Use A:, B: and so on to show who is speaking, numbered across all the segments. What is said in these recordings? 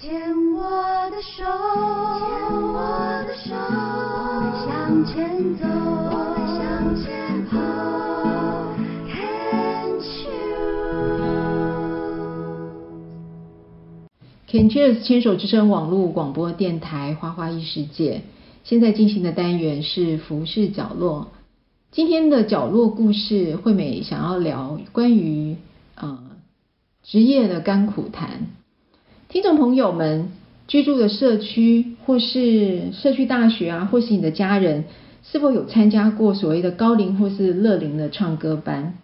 A: 牵我的手，牵我的手，我们向前走，我们向前跑。Can't you？
B: Can Cheers 牵手之声网络广播电台《花花异世界》，现在进行的单元是服饰角落。今天的角落故事，惠美想要聊关于呃职业的甘苦谈。听众朋友们居住的社区或是社区大学啊，或是你的家人，是否有参加过所谓的高龄或是乐龄的唱歌班？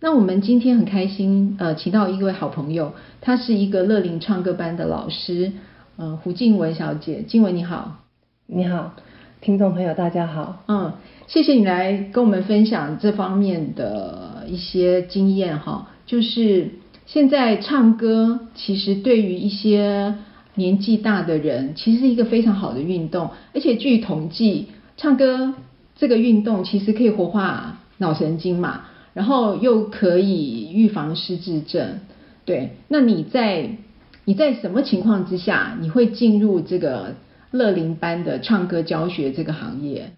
B: 那我们今天很开心，呃，请到一位好朋友，她是一个乐龄唱歌班的老师，呃，胡静雯小姐，静雯你好，
C: 你好，听众朋友大家好。
B: 嗯，谢谢你来跟我们分享这方面的一些经验哈。就是现在唱歌，其实对于一些年纪大的人，其实是一个非常好的运动，而且据统计，唱歌这个运动其实可以活化脑神经嘛，然后又可以预防失智症。对，那你在你在什么情况之下，你会进入这个乐龄班的唱歌教学这个行业？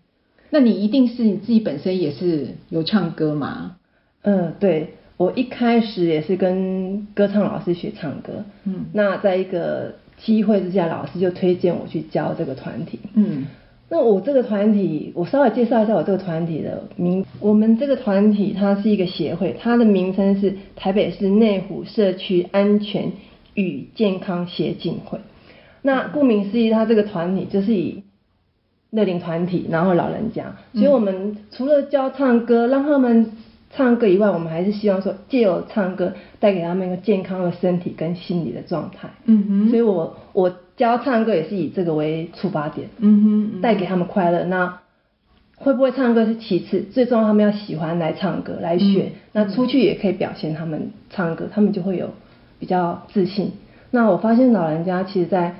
B: 那你一定是你自己本身也是有唱歌吗？
C: 嗯，对我一开始也是跟歌唱老师学唱歌，
B: 嗯
C: 那在一个机会之下，老师就推荐我去教这个团体。
B: 嗯
C: 那我这个团体，我稍微介绍一下我这个团体的名。我们这个团体它是一个协会，它的名称是台北市内湖社区安全与健康协进会。那顾名思义，它这个团体就是以乐龄团体，然后老人家，所以我们除了教唱歌，让他们唱歌以外，我们还是希望说借由唱歌带给他们一个健康的身体跟心理的状态。
B: 嗯哼，
C: 所以我我教唱歌也是以这个为出发点。
B: 嗯哼嗯
C: 带给他们快乐。那会不会唱歌是其次，最重要他们要喜欢来唱歌来学。
B: 嗯
C: 那出去也可以表现他们唱歌，他们就会有比较自信。那我发现老人家其实在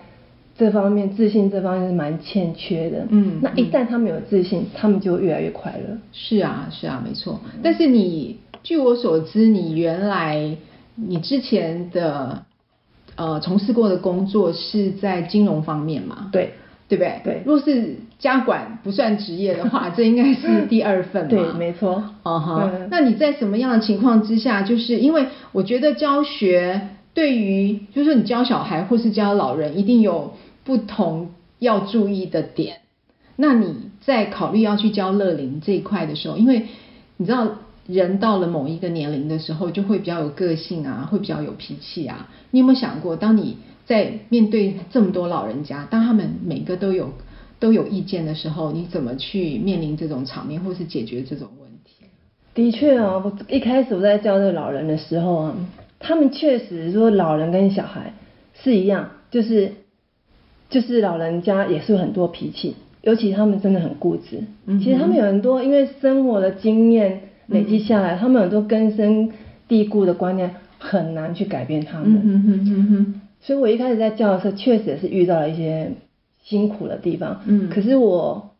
C: 这方面自信这方面是蛮欠缺的。
B: 嗯
C: 那一旦他们有自信，他们就越来越快乐。
B: 是啊是啊没错。但是你据我所知，你原来你之前的呃从事过的工作是在金融方面嘛？
C: 对，
B: 对不对？
C: 对
B: 若是家管不算职业的 话，这应该是第二份嘛？
C: 对，没错。
B: 哦哈
C: 嗯，
B: 那你在什么样的情况之下，就是因为我觉得教学对于，就是说你教小孩或是教老人，一定有不同要注意的点。那你在考虑要去教乐龄这一块的时候，因为你知道人到了某一个年龄的时候，就会比较有个性啊，会比较有脾气啊。你有没有想过，当你在面对这么多老人家，当他们每个都有都有意见的时候，你怎么去面临这种场面，或是解决这种问题？
C: 的确哦，我一开始我在教这个老人的时候啊，他们确实说老人跟小孩是一样，就是就是老人家也是有很多脾气，尤其他们真的很固执。
B: 嗯哼
C: 其实他们有很多因为生活的经验累积下
B: 嗯
C: 来，他们有很多根深蒂固的观念很难去改变他们。
B: 嗯哼哼哼
C: 嗯
B: 哼，
C: 所以我一开始在教的时候，确实也是遇到了一些辛苦的地方。
B: 嗯
C: 可是我，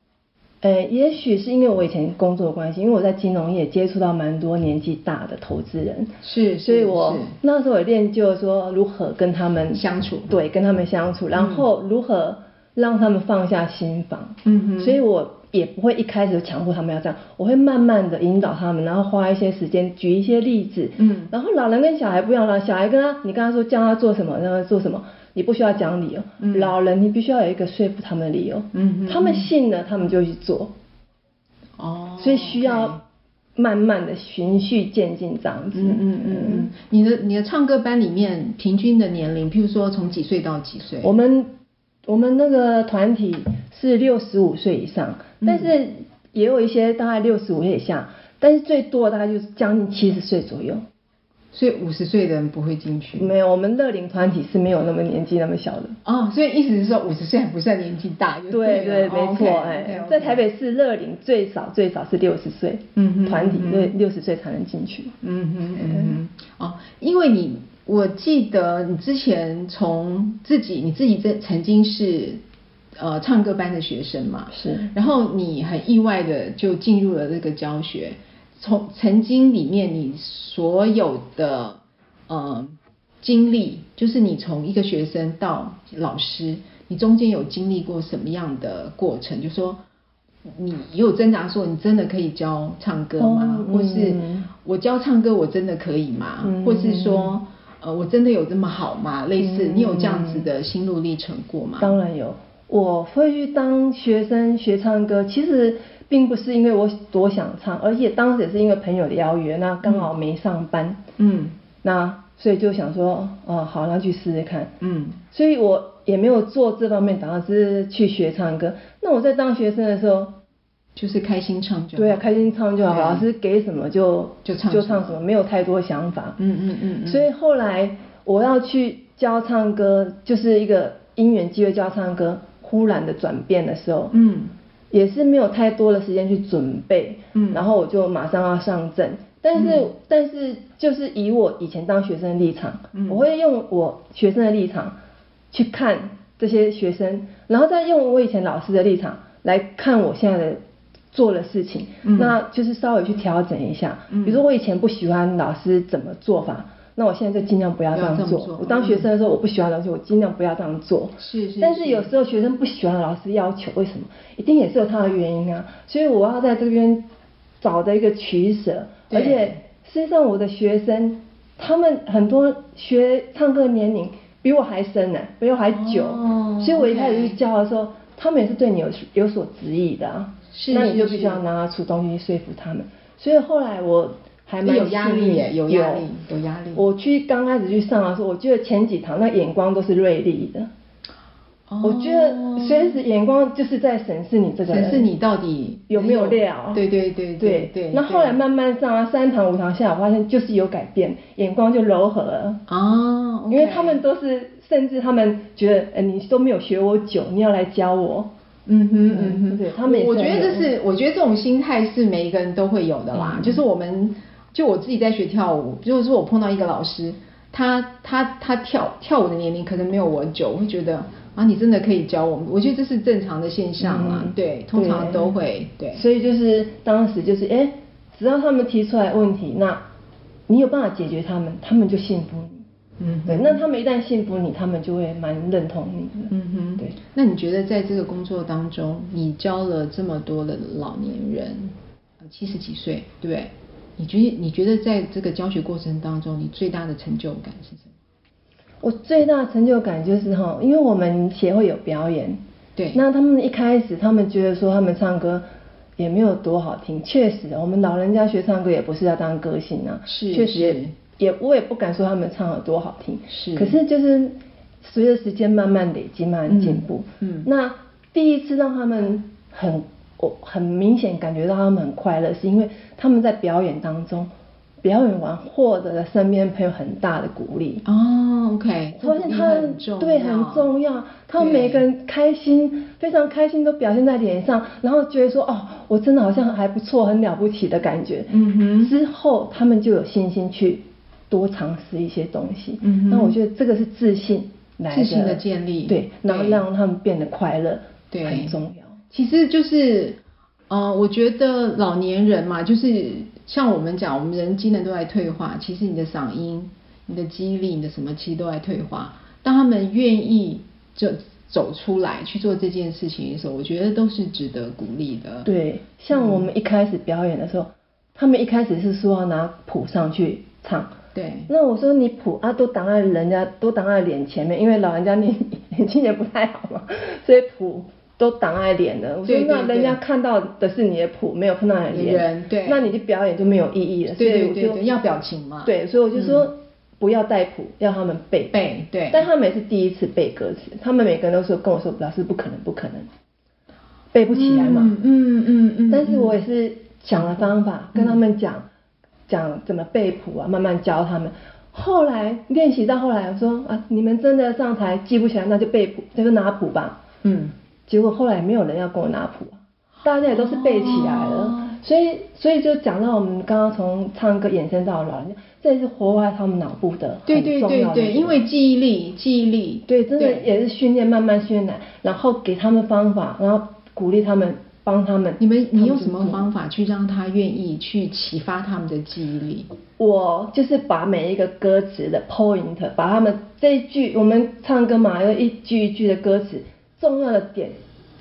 C: 呃，也许是因为我以前工作的关系，因为我在金融业接触到蛮多年纪大的投资人，
B: 是，
C: 所以我
B: 是
C: 那时候也练就说如何跟他们
B: 相处
C: 对，跟他们相处，然后如何让他们放下心防。
B: 嗯哼
C: 所以我也不会一开始就强迫他们要这样，我会慢慢的引导他们，然后花一些时间举一些例子。
B: 嗯
C: 然后老人跟小孩不一样了，小孩跟他，你跟他说叫他做什么，让他做什么，你不需要讲理由。
B: 嗯
C: 老人你必须要有一个说服他们的理由。
B: 嗯哼
C: 他们信了，他们就去做。
B: 哦，
C: 所以需
B: OK
C: 要慢慢的循序渐进这样子。
B: 嗯嗯嗯嗯，你的你的唱歌班里面平均的年龄，譬如说从几岁到几岁？
C: 我们我们那个团体是六十五岁以上，但是也有一些大概六十五岁以下，但是最多大概就是将近七十岁左右。
B: 所以五十岁的人不会进去。
C: 没有，我们乐龄团体是没有那么年纪那么小的。
B: 哦，所以意思是说五十岁还不算年纪大，就
C: 对
B: 对
C: 对，
B: 了
C: 没
B: 哦
C: 错，
B: OK，
C: 哎
B: OK，OK
C: 在台北市乐龄最少最少是六十岁，
B: 嗯哼
C: 团体
B: 嗯哼
C: 对六十岁才能进去。
B: 嗯哼嗯哼，哦，因为你我记得你之前从自己你自己这曾经是呃唱歌班的学生嘛，
C: 是
B: 然后你很意外的就进入了这个教学，从曾经里面你所有的呃经历，就是你从一个学生到老师，你中间有经历过什么样的过程？就说你有挣扎说你真的可以教唱歌吗？
C: 哦
B: 或是
C: 嗯
B: 我教唱歌我真的可以吗？
C: 嗯
B: 或是说呃我真的有这么好吗？类似你有这样子的心路历程过吗？
C: 嗯当然有，我会去当学生学唱歌，其实并不是因为我多想唱，而且当时也是因为朋友的邀约，那刚好没上班，
B: 嗯
C: 那所以就想说，哦，好，那去试试看。
B: 嗯
C: 所以我也没有做这方面打算，只是去学唱歌。那我在当学生的时候，
B: 就是开心唱就好
C: 对啊，开心唱就好，
B: 对啊
C: 老师给什么就
B: 就唱
C: 就
B: 什么
C: 唱什么，没有太多想法。
B: 嗯嗯嗯嗯，
C: 所以后来我要去教唱歌，就是一个因缘机会教唱歌，忽然的转变的时候，
B: 嗯
C: 也是没有太多的时间去准备，
B: 嗯
C: 然后我就马上要上阵。但是，但是就是以我以前当学生的立场，
B: 嗯
C: 我会用我学生的立场去看这些学生，然后再用我以前老师的立场来看我现在的做的事情，
B: 嗯
C: 那就是稍微去调整一下。
B: 嗯
C: 比如说我以前不喜欢老师怎么做法，那我现在就尽量不要
B: 不
C: 这
B: 要
C: 样
B: 这么
C: 做。
B: 做
C: 我当学生的时候我不喜欢的东西，我尽量不要这样做。
B: 是是
C: 但是有
B: 是
C: 时候学生不喜欢老师要求，为什么？一定也是有他的原因啊。所以我要在这边找的一个取舍，
B: 对
C: 而且事实上我的学生，他们很多学唱歌的年龄比我还深呢、比我还久。
B: 哦
C: 所以我一开始
B: OK
C: 去教的时候，他们也是对你有有所质疑的、啊，
B: 是
C: 那你就是必须要
B: 是
C: 拿出东西说服他们。所以后来我还蛮
B: 有压力
C: 幸运
B: 耶有压力有压力
C: 我去刚开始去上的时候，我觉得前几堂那眼光都是锐利的。
B: 哦
C: 我觉得随时眼光就是在审视你这个
B: 只
C: 人，
B: 是你到底
C: 有没有料？
B: 对对对
C: 对
B: 对对。
C: 那后来慢
B: 慢
C: 慢上啊，三堂五堂下来，我发现就是有改变，眼光就柔和了。
B: 哦，
C: 因为他们都是，甚至他们觉得，呃，你都没有学我久，你要来教我。
B: 嗯哼嗯
C: 嗯
B: 哼，
C: 对他们也
B: 我我
C: 是
B: 觉
C: 很
B: 得这
C: 有
B: 是，我觉得这种心态是每一个人都会有的啦。
C: 嗯
B: 就是我们，就我自己在学跳舞，就是我碰到一个老师，他他他跳跳舞的年龄可能没有我久，我会觉得啊，你真的可以教我们。我觉得这是正常的现象啦，
C: 嗯
B: 啊对，通常都会对。
C: 所以就是当时就是，哎、只要他们提出来问题，那你有办法解决他们，他们就信服你。
B: 嗯哼
C: 对，那他们一旦信服你，他们就会蛮认同你的。
B: 嗯哼，
C: 对。
B: 那你觉得在这个工作当中，你教了这么多的老年人，呃七十几岁，对不对？你觉得你觉得在这个教学过程当中，你最大的成就感是什么？
C: 我最大的成就感就是哈，因为我们协会有表演，
B: 对
C: 那他们一开始他们觉得说他们唱歌也没有多好听，确实，我们老人家学唱歌也不是要当歌星啊，
B: 是
C: 确实也
B: 是
C: 也我也不敢说他们唱有多好听，
B: 是
C: 可是就是随着时间慢慢累积，慢慢进步，
B: 嗯嗯
C: 那第一次让他们很我很明显感觉到他们很快乐，是因为他们在表演当中。表演完获得了身边朋友很大的鼓励
B: 哦，OK，
C: 发现他
B: 很重要，
C: 对很重要，他们
B: 对
C: 每个人开心，非常开心都表现在脸上，然后觉得说哦，我真的好像还不错，很了不起的感觉。
B: 嗯哼
C: 之后他们就有信心去多尝试一些东西。
B: 嗯哼
C: 那我觉得这个是自信来的，
B: 自信的建立
C: 对，然后
B: 对
C: 让他们变得快乐，
B: 对
C: 很重要。
B: 其实就是，呃，我觉得老年人嘛，就是像我们讲，我们人机能都在退化，其实你的嗓音、你的肌力、你的什么其实都在退化。当他们愿意就走出来去做这件事情的时候，我觉得都是值得鼓励的。，
C: 对，像我
B: 嗯
C: 们一开始表演的时候，他们一开始是说要拿谱上去唱，
B: 对，
C: 那我说你谱啊，都挡在人家，都挡在脸前面，因为老人家年 年轻也不太好嘛，所以谱都挡在脸了。我说
B: 对对
C: 那
B: 对
C: 人家看到的是你的谱，没有看到你的
B: 人
C: 脸，
B: 对
C: 那你的表演就没有意义了。
B: 对对
C: 所以
B: 对
C: 我
B: 对
C: 就
B: 要表情嘛
C: 对，所以我就说、不要带谱，要他们背
B: 背对
C: 但他们也是第一次背歌词，他们每个人都说跟我说老师不可能，不可能，背不起来嘛。
B: 嗯嗯嗯嗯。
C: 但是
B: 嗯
C: 我也是想了方法，跟他们讲讲怎么背谱啊，慢慢教他们。后来练习到后来，我说啊，你们真的上台记不起来，那就背谱，那就拿谱吧。
B: 嗯
C: 结果后来没有人要跟我拿谱啊，大家也都是背起来了。
B: 哦
C: 所以，所以就讲到我们刚刚从唱歌衍生到老人家，这也是活化他们脑部的
B: 对
C: 很
B: 对
C: 重
B: 对
C: 要的
B: 对，
C: 一个
B: 因为记忆力，记忆力，
C: 对，真的也是训练，慢慢训练，然后给他们方法，然后鼓励他们帮他们。
B: 你们
C: 他
B: 你用
C: 度
B: 什么
C: 过
B: 方法去让他愿意去启发他们的记忆力？
C: 我就是把每一个歌词的 point，把他们这一句我们唱歌嘛，要一句一句的歌词重要的点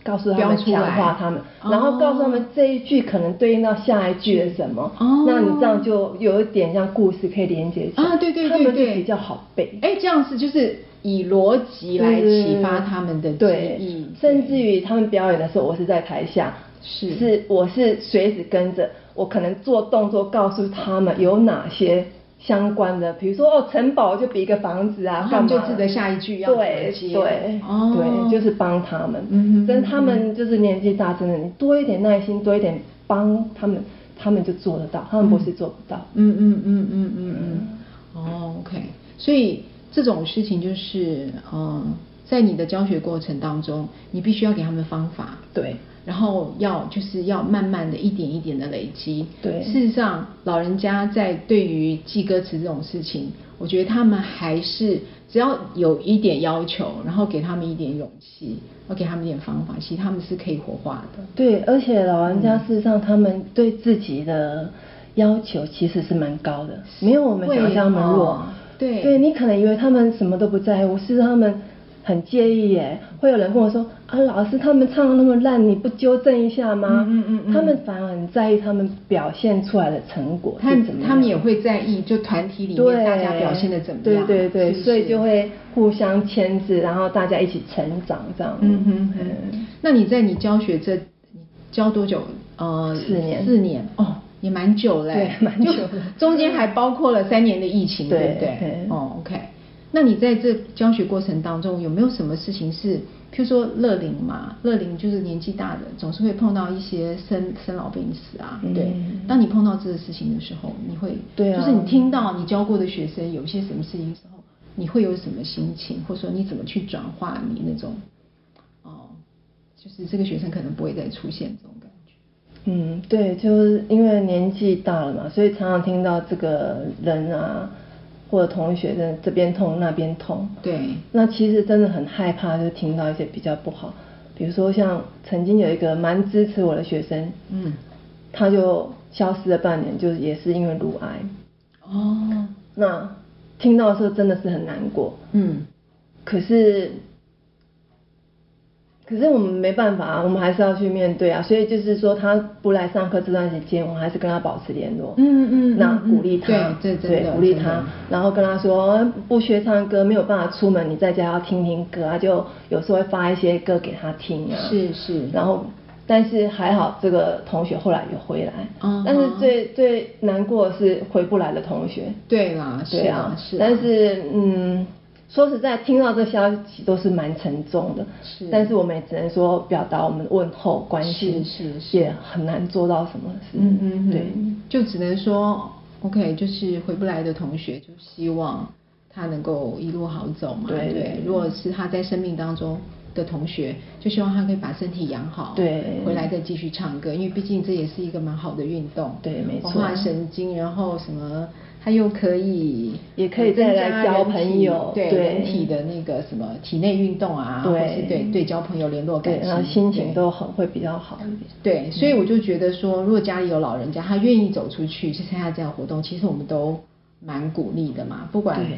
C: 告诉他们，
B: 标出来
C: 强化他们，
B: 哦
C: 然后告诉他们这一句可能对应到下一句的什么，
B: 哦
C: 那你这样就有一点像故事可以连接起来
B: 啊，对对
C: 他
B: 对
C: 们就
B: 对，
C: 比较好背。
B: 哎，这样子就是以逻辑来
C: 对
B: 启发他们的记
C: 对
B: 忆，
C: 甚至于他们表演的时候，我是在台下，
B: 是
C: 是我是随时跟着，我可能做动作告诉他们有哪些相关的，比如说哦城堡就比一个房子
B: 然
C: 啊
B: 后，他
C: 干
B: 们
C: 嘛？
B: 就记得下一句要怎么
C: 对
B: 接
C: 对、
B: 哦
C: 对，就是帮他们，
B: 嗯哼
C: 跟他们就是年纪大，真的你多一点耐心，多一点帮他们，他们就做得到，他们不是做不到。
B: 嗯嗯嗯嗯嗯嗯，哦，OK，所以这种事情就是，嗯，在你的教学过程当中，你必须要给他们方法，
C: 对，
B: 然后要就是要慢慢的一点一点的累积。
C: 对
B: 事实上，老人家在对于记歌词这种事情，我觉得他们还是只要有一点要求，然后给他们一点勇气，要给他们一点方法，其实他们是可以活化的。
C: 对，而且老人
B: 嗯
C: 家事实上他们对自己的要求其实是蛮高的，没有我们想象那
B: 会
C: 么
B: 哦
C: 弱。
B: 对
C: 对你可能以为他们什么都不在乎，事实上他们很介意耶。会有人跟我说啊，老师他们唱的那么烂，你不纠正一下吗？
B: 嗯嗯嗯嗯
C: 他们反而很在意他们表现出来的成果
B: 他
C: 是怎么样
B: 他们也会在意，就团体里面
C: 对
B: 大家表现的怎么样，
C: 对对对，
B: 是不
C: 所以
B: 是
C: 就会互相牵制，然后大家一起成长这样。
B: 嗯哼哼
C: 嗯。
B: 那你在你教学这你教多久？呃，
C: 四年
B: 四年哦，也蛮久嘞、
C: 对 蛮久
B: 就
C: 的
B: 中间还包括了三年的疫情，对
C: 对
B: 不对
C: 对？
B: 哦，OK。那你在这教学过程当中，有没有什么事情是，譬如说乐龄嘛，乐龄就是年纪大的，总是会碰到一些生生老病死啊，
C: 嗯
B: 对。当你碰到这个事情的时候，你会，
C: 对啊
B: 就是你听到你教过的学生有些什么事情的时候，你会有什么心情，或者说你怎么去转化你那种哦，就是这个学生可能不会再出现这种感觉。
C: 嗯，对，就是因为年纪大了嘛，所以常常听到这个人啊，或者同学的这边痛那边痛。
B: 对
C: 那其实真的很害怕，就听到一些比较不好，比如说像曾经有一个蛮支持我的学生，
B: 嗯，
C: 他就消失了半年，就是也是因为乳癌。
B: 哦，
C: 嗯那听到的时候真的是很难过，
B: 嗯，
C: 可是，可是我们没办法啊，我们还是要去面对啊。所以就是说，他不来上课这段时间，我还是跟他保持联络。
B: 嗯嗯嗯
C: 那
B: 嗯
C: 鼓励他，
B: 对对真的
C: 鼓励
B: 真的
C: 他，然后跟他说，哎不学唱歌没有办法出门，你在家要听听歌啊，就有时候会发一些歌给他听啊。
B: 是是
C: 然后。但是还好，这个同学后来有回来。
B: 嗯哼
C: 但是最最难过的是回不来的同学。
B: 对啦，是
C: 对啊，
B: 是啊，
C: 但是嗯，说实在，听到这消息都是蛮沉重的。
B: 是
C: 但是我们也只能说表达我们的问候关心，
B: 是是是
C: 也很难做到什么事。
B: 嗯嗯嗯，
C: 对，
B: 就只能说 OK，就是回不来的同学，就希望他能够一路好走嘛。
C: 对
B: 对，如果是他在生命当中的同学，就希望他可以把身体养好，
C: 对
B: 回来再继续唱歌，因为毕竟这也是一个蛮好的运动，
C: 对没错
B: 活化神经，然后什么。他又可以，
C: 也可以再来交朋友
B: 对
C: 对
B: 人体的那个什么体内运动啊，
C: 对
B: 或是对对交朋友联络感
C: 对，
B: 情，
C: 然后心
B: 对
C: 情都很会比较好一点。
B: 对，所以我就觉得说，如果家里有老人家，他愿意走出去去参加这样的活动，其实我们都蛮鼓励的嘛。不管
C: 对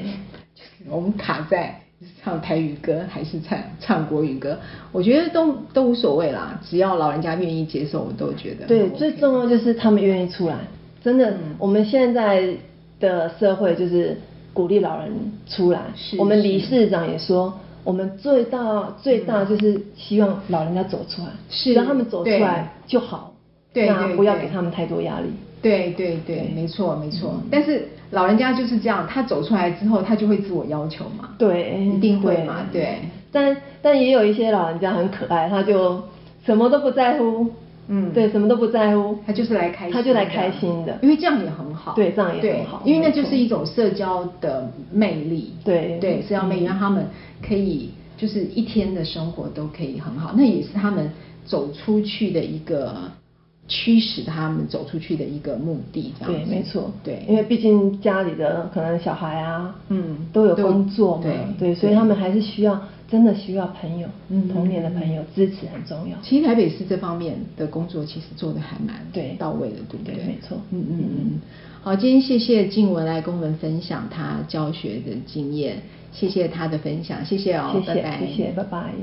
B: 就是我们卡在唱台语歌还是唱唱国语歌，我觉得都都无所谓啦，只要老人家愿意接受，我都觉得
C: 对，
B: 很 OK
C: 最重要就是他们愿意出来。真
B: 嗯
C: 的，我们现在的社会就是鼓励老人出来。
B: 是
C: 我们
B: 是
C: 理事长也说，我们最大最大就是希望老人家走出来，
B: 嗯是
C: 只要他们走出
B: 对
C: 来就好。
B: 对对
C: 那不要
B: 对
C: 给他们太多嗯压力。
B: 对对对，没错没错。但是老人家就是这样，他走出来之后，他就会自我要求嘛。
C: 对，
B: 一定会嘛对
C: 但但也有一些老人家很可爱，他就什么都不在乎。
B: 嗯
C: 对，什么都不在乎。
B: 他就是来开心的，
C: 他就来开心的。
B: 因为这样也很好，
C: 对这样也很好
B: 对因为那
C: 没错
B: 就是一种社交的魅力，
C: 对
B: 对，社交魅力让他们可以就是一天的生活都可以很好，那也是他们走出去的一个驱使他们走出去的一个目的，这样
C: 对，
B: 子
C: 没错，
B: 对，
C: 因为毕竟家里的可能小孩啊，
B: 嗯
C: 都有工作嘛
B: 对，
C: 对，所以他们还是需要真的需要朋友，
B: 嗯
C: 童年的朋友支持很重要。
B: 其实台北市这方面的工作其实做的还蛮
C: 对
B: 到位的，对不
C: 对没错
B: 嗯嗯嗯。好，今天谢谢静文来跟我们分享她教学的经验，谢谢她的分享，谢谢哦，
C: 谢
B: 拜
C: 谢，
B: 拜，
C: 谢谢，拜拜。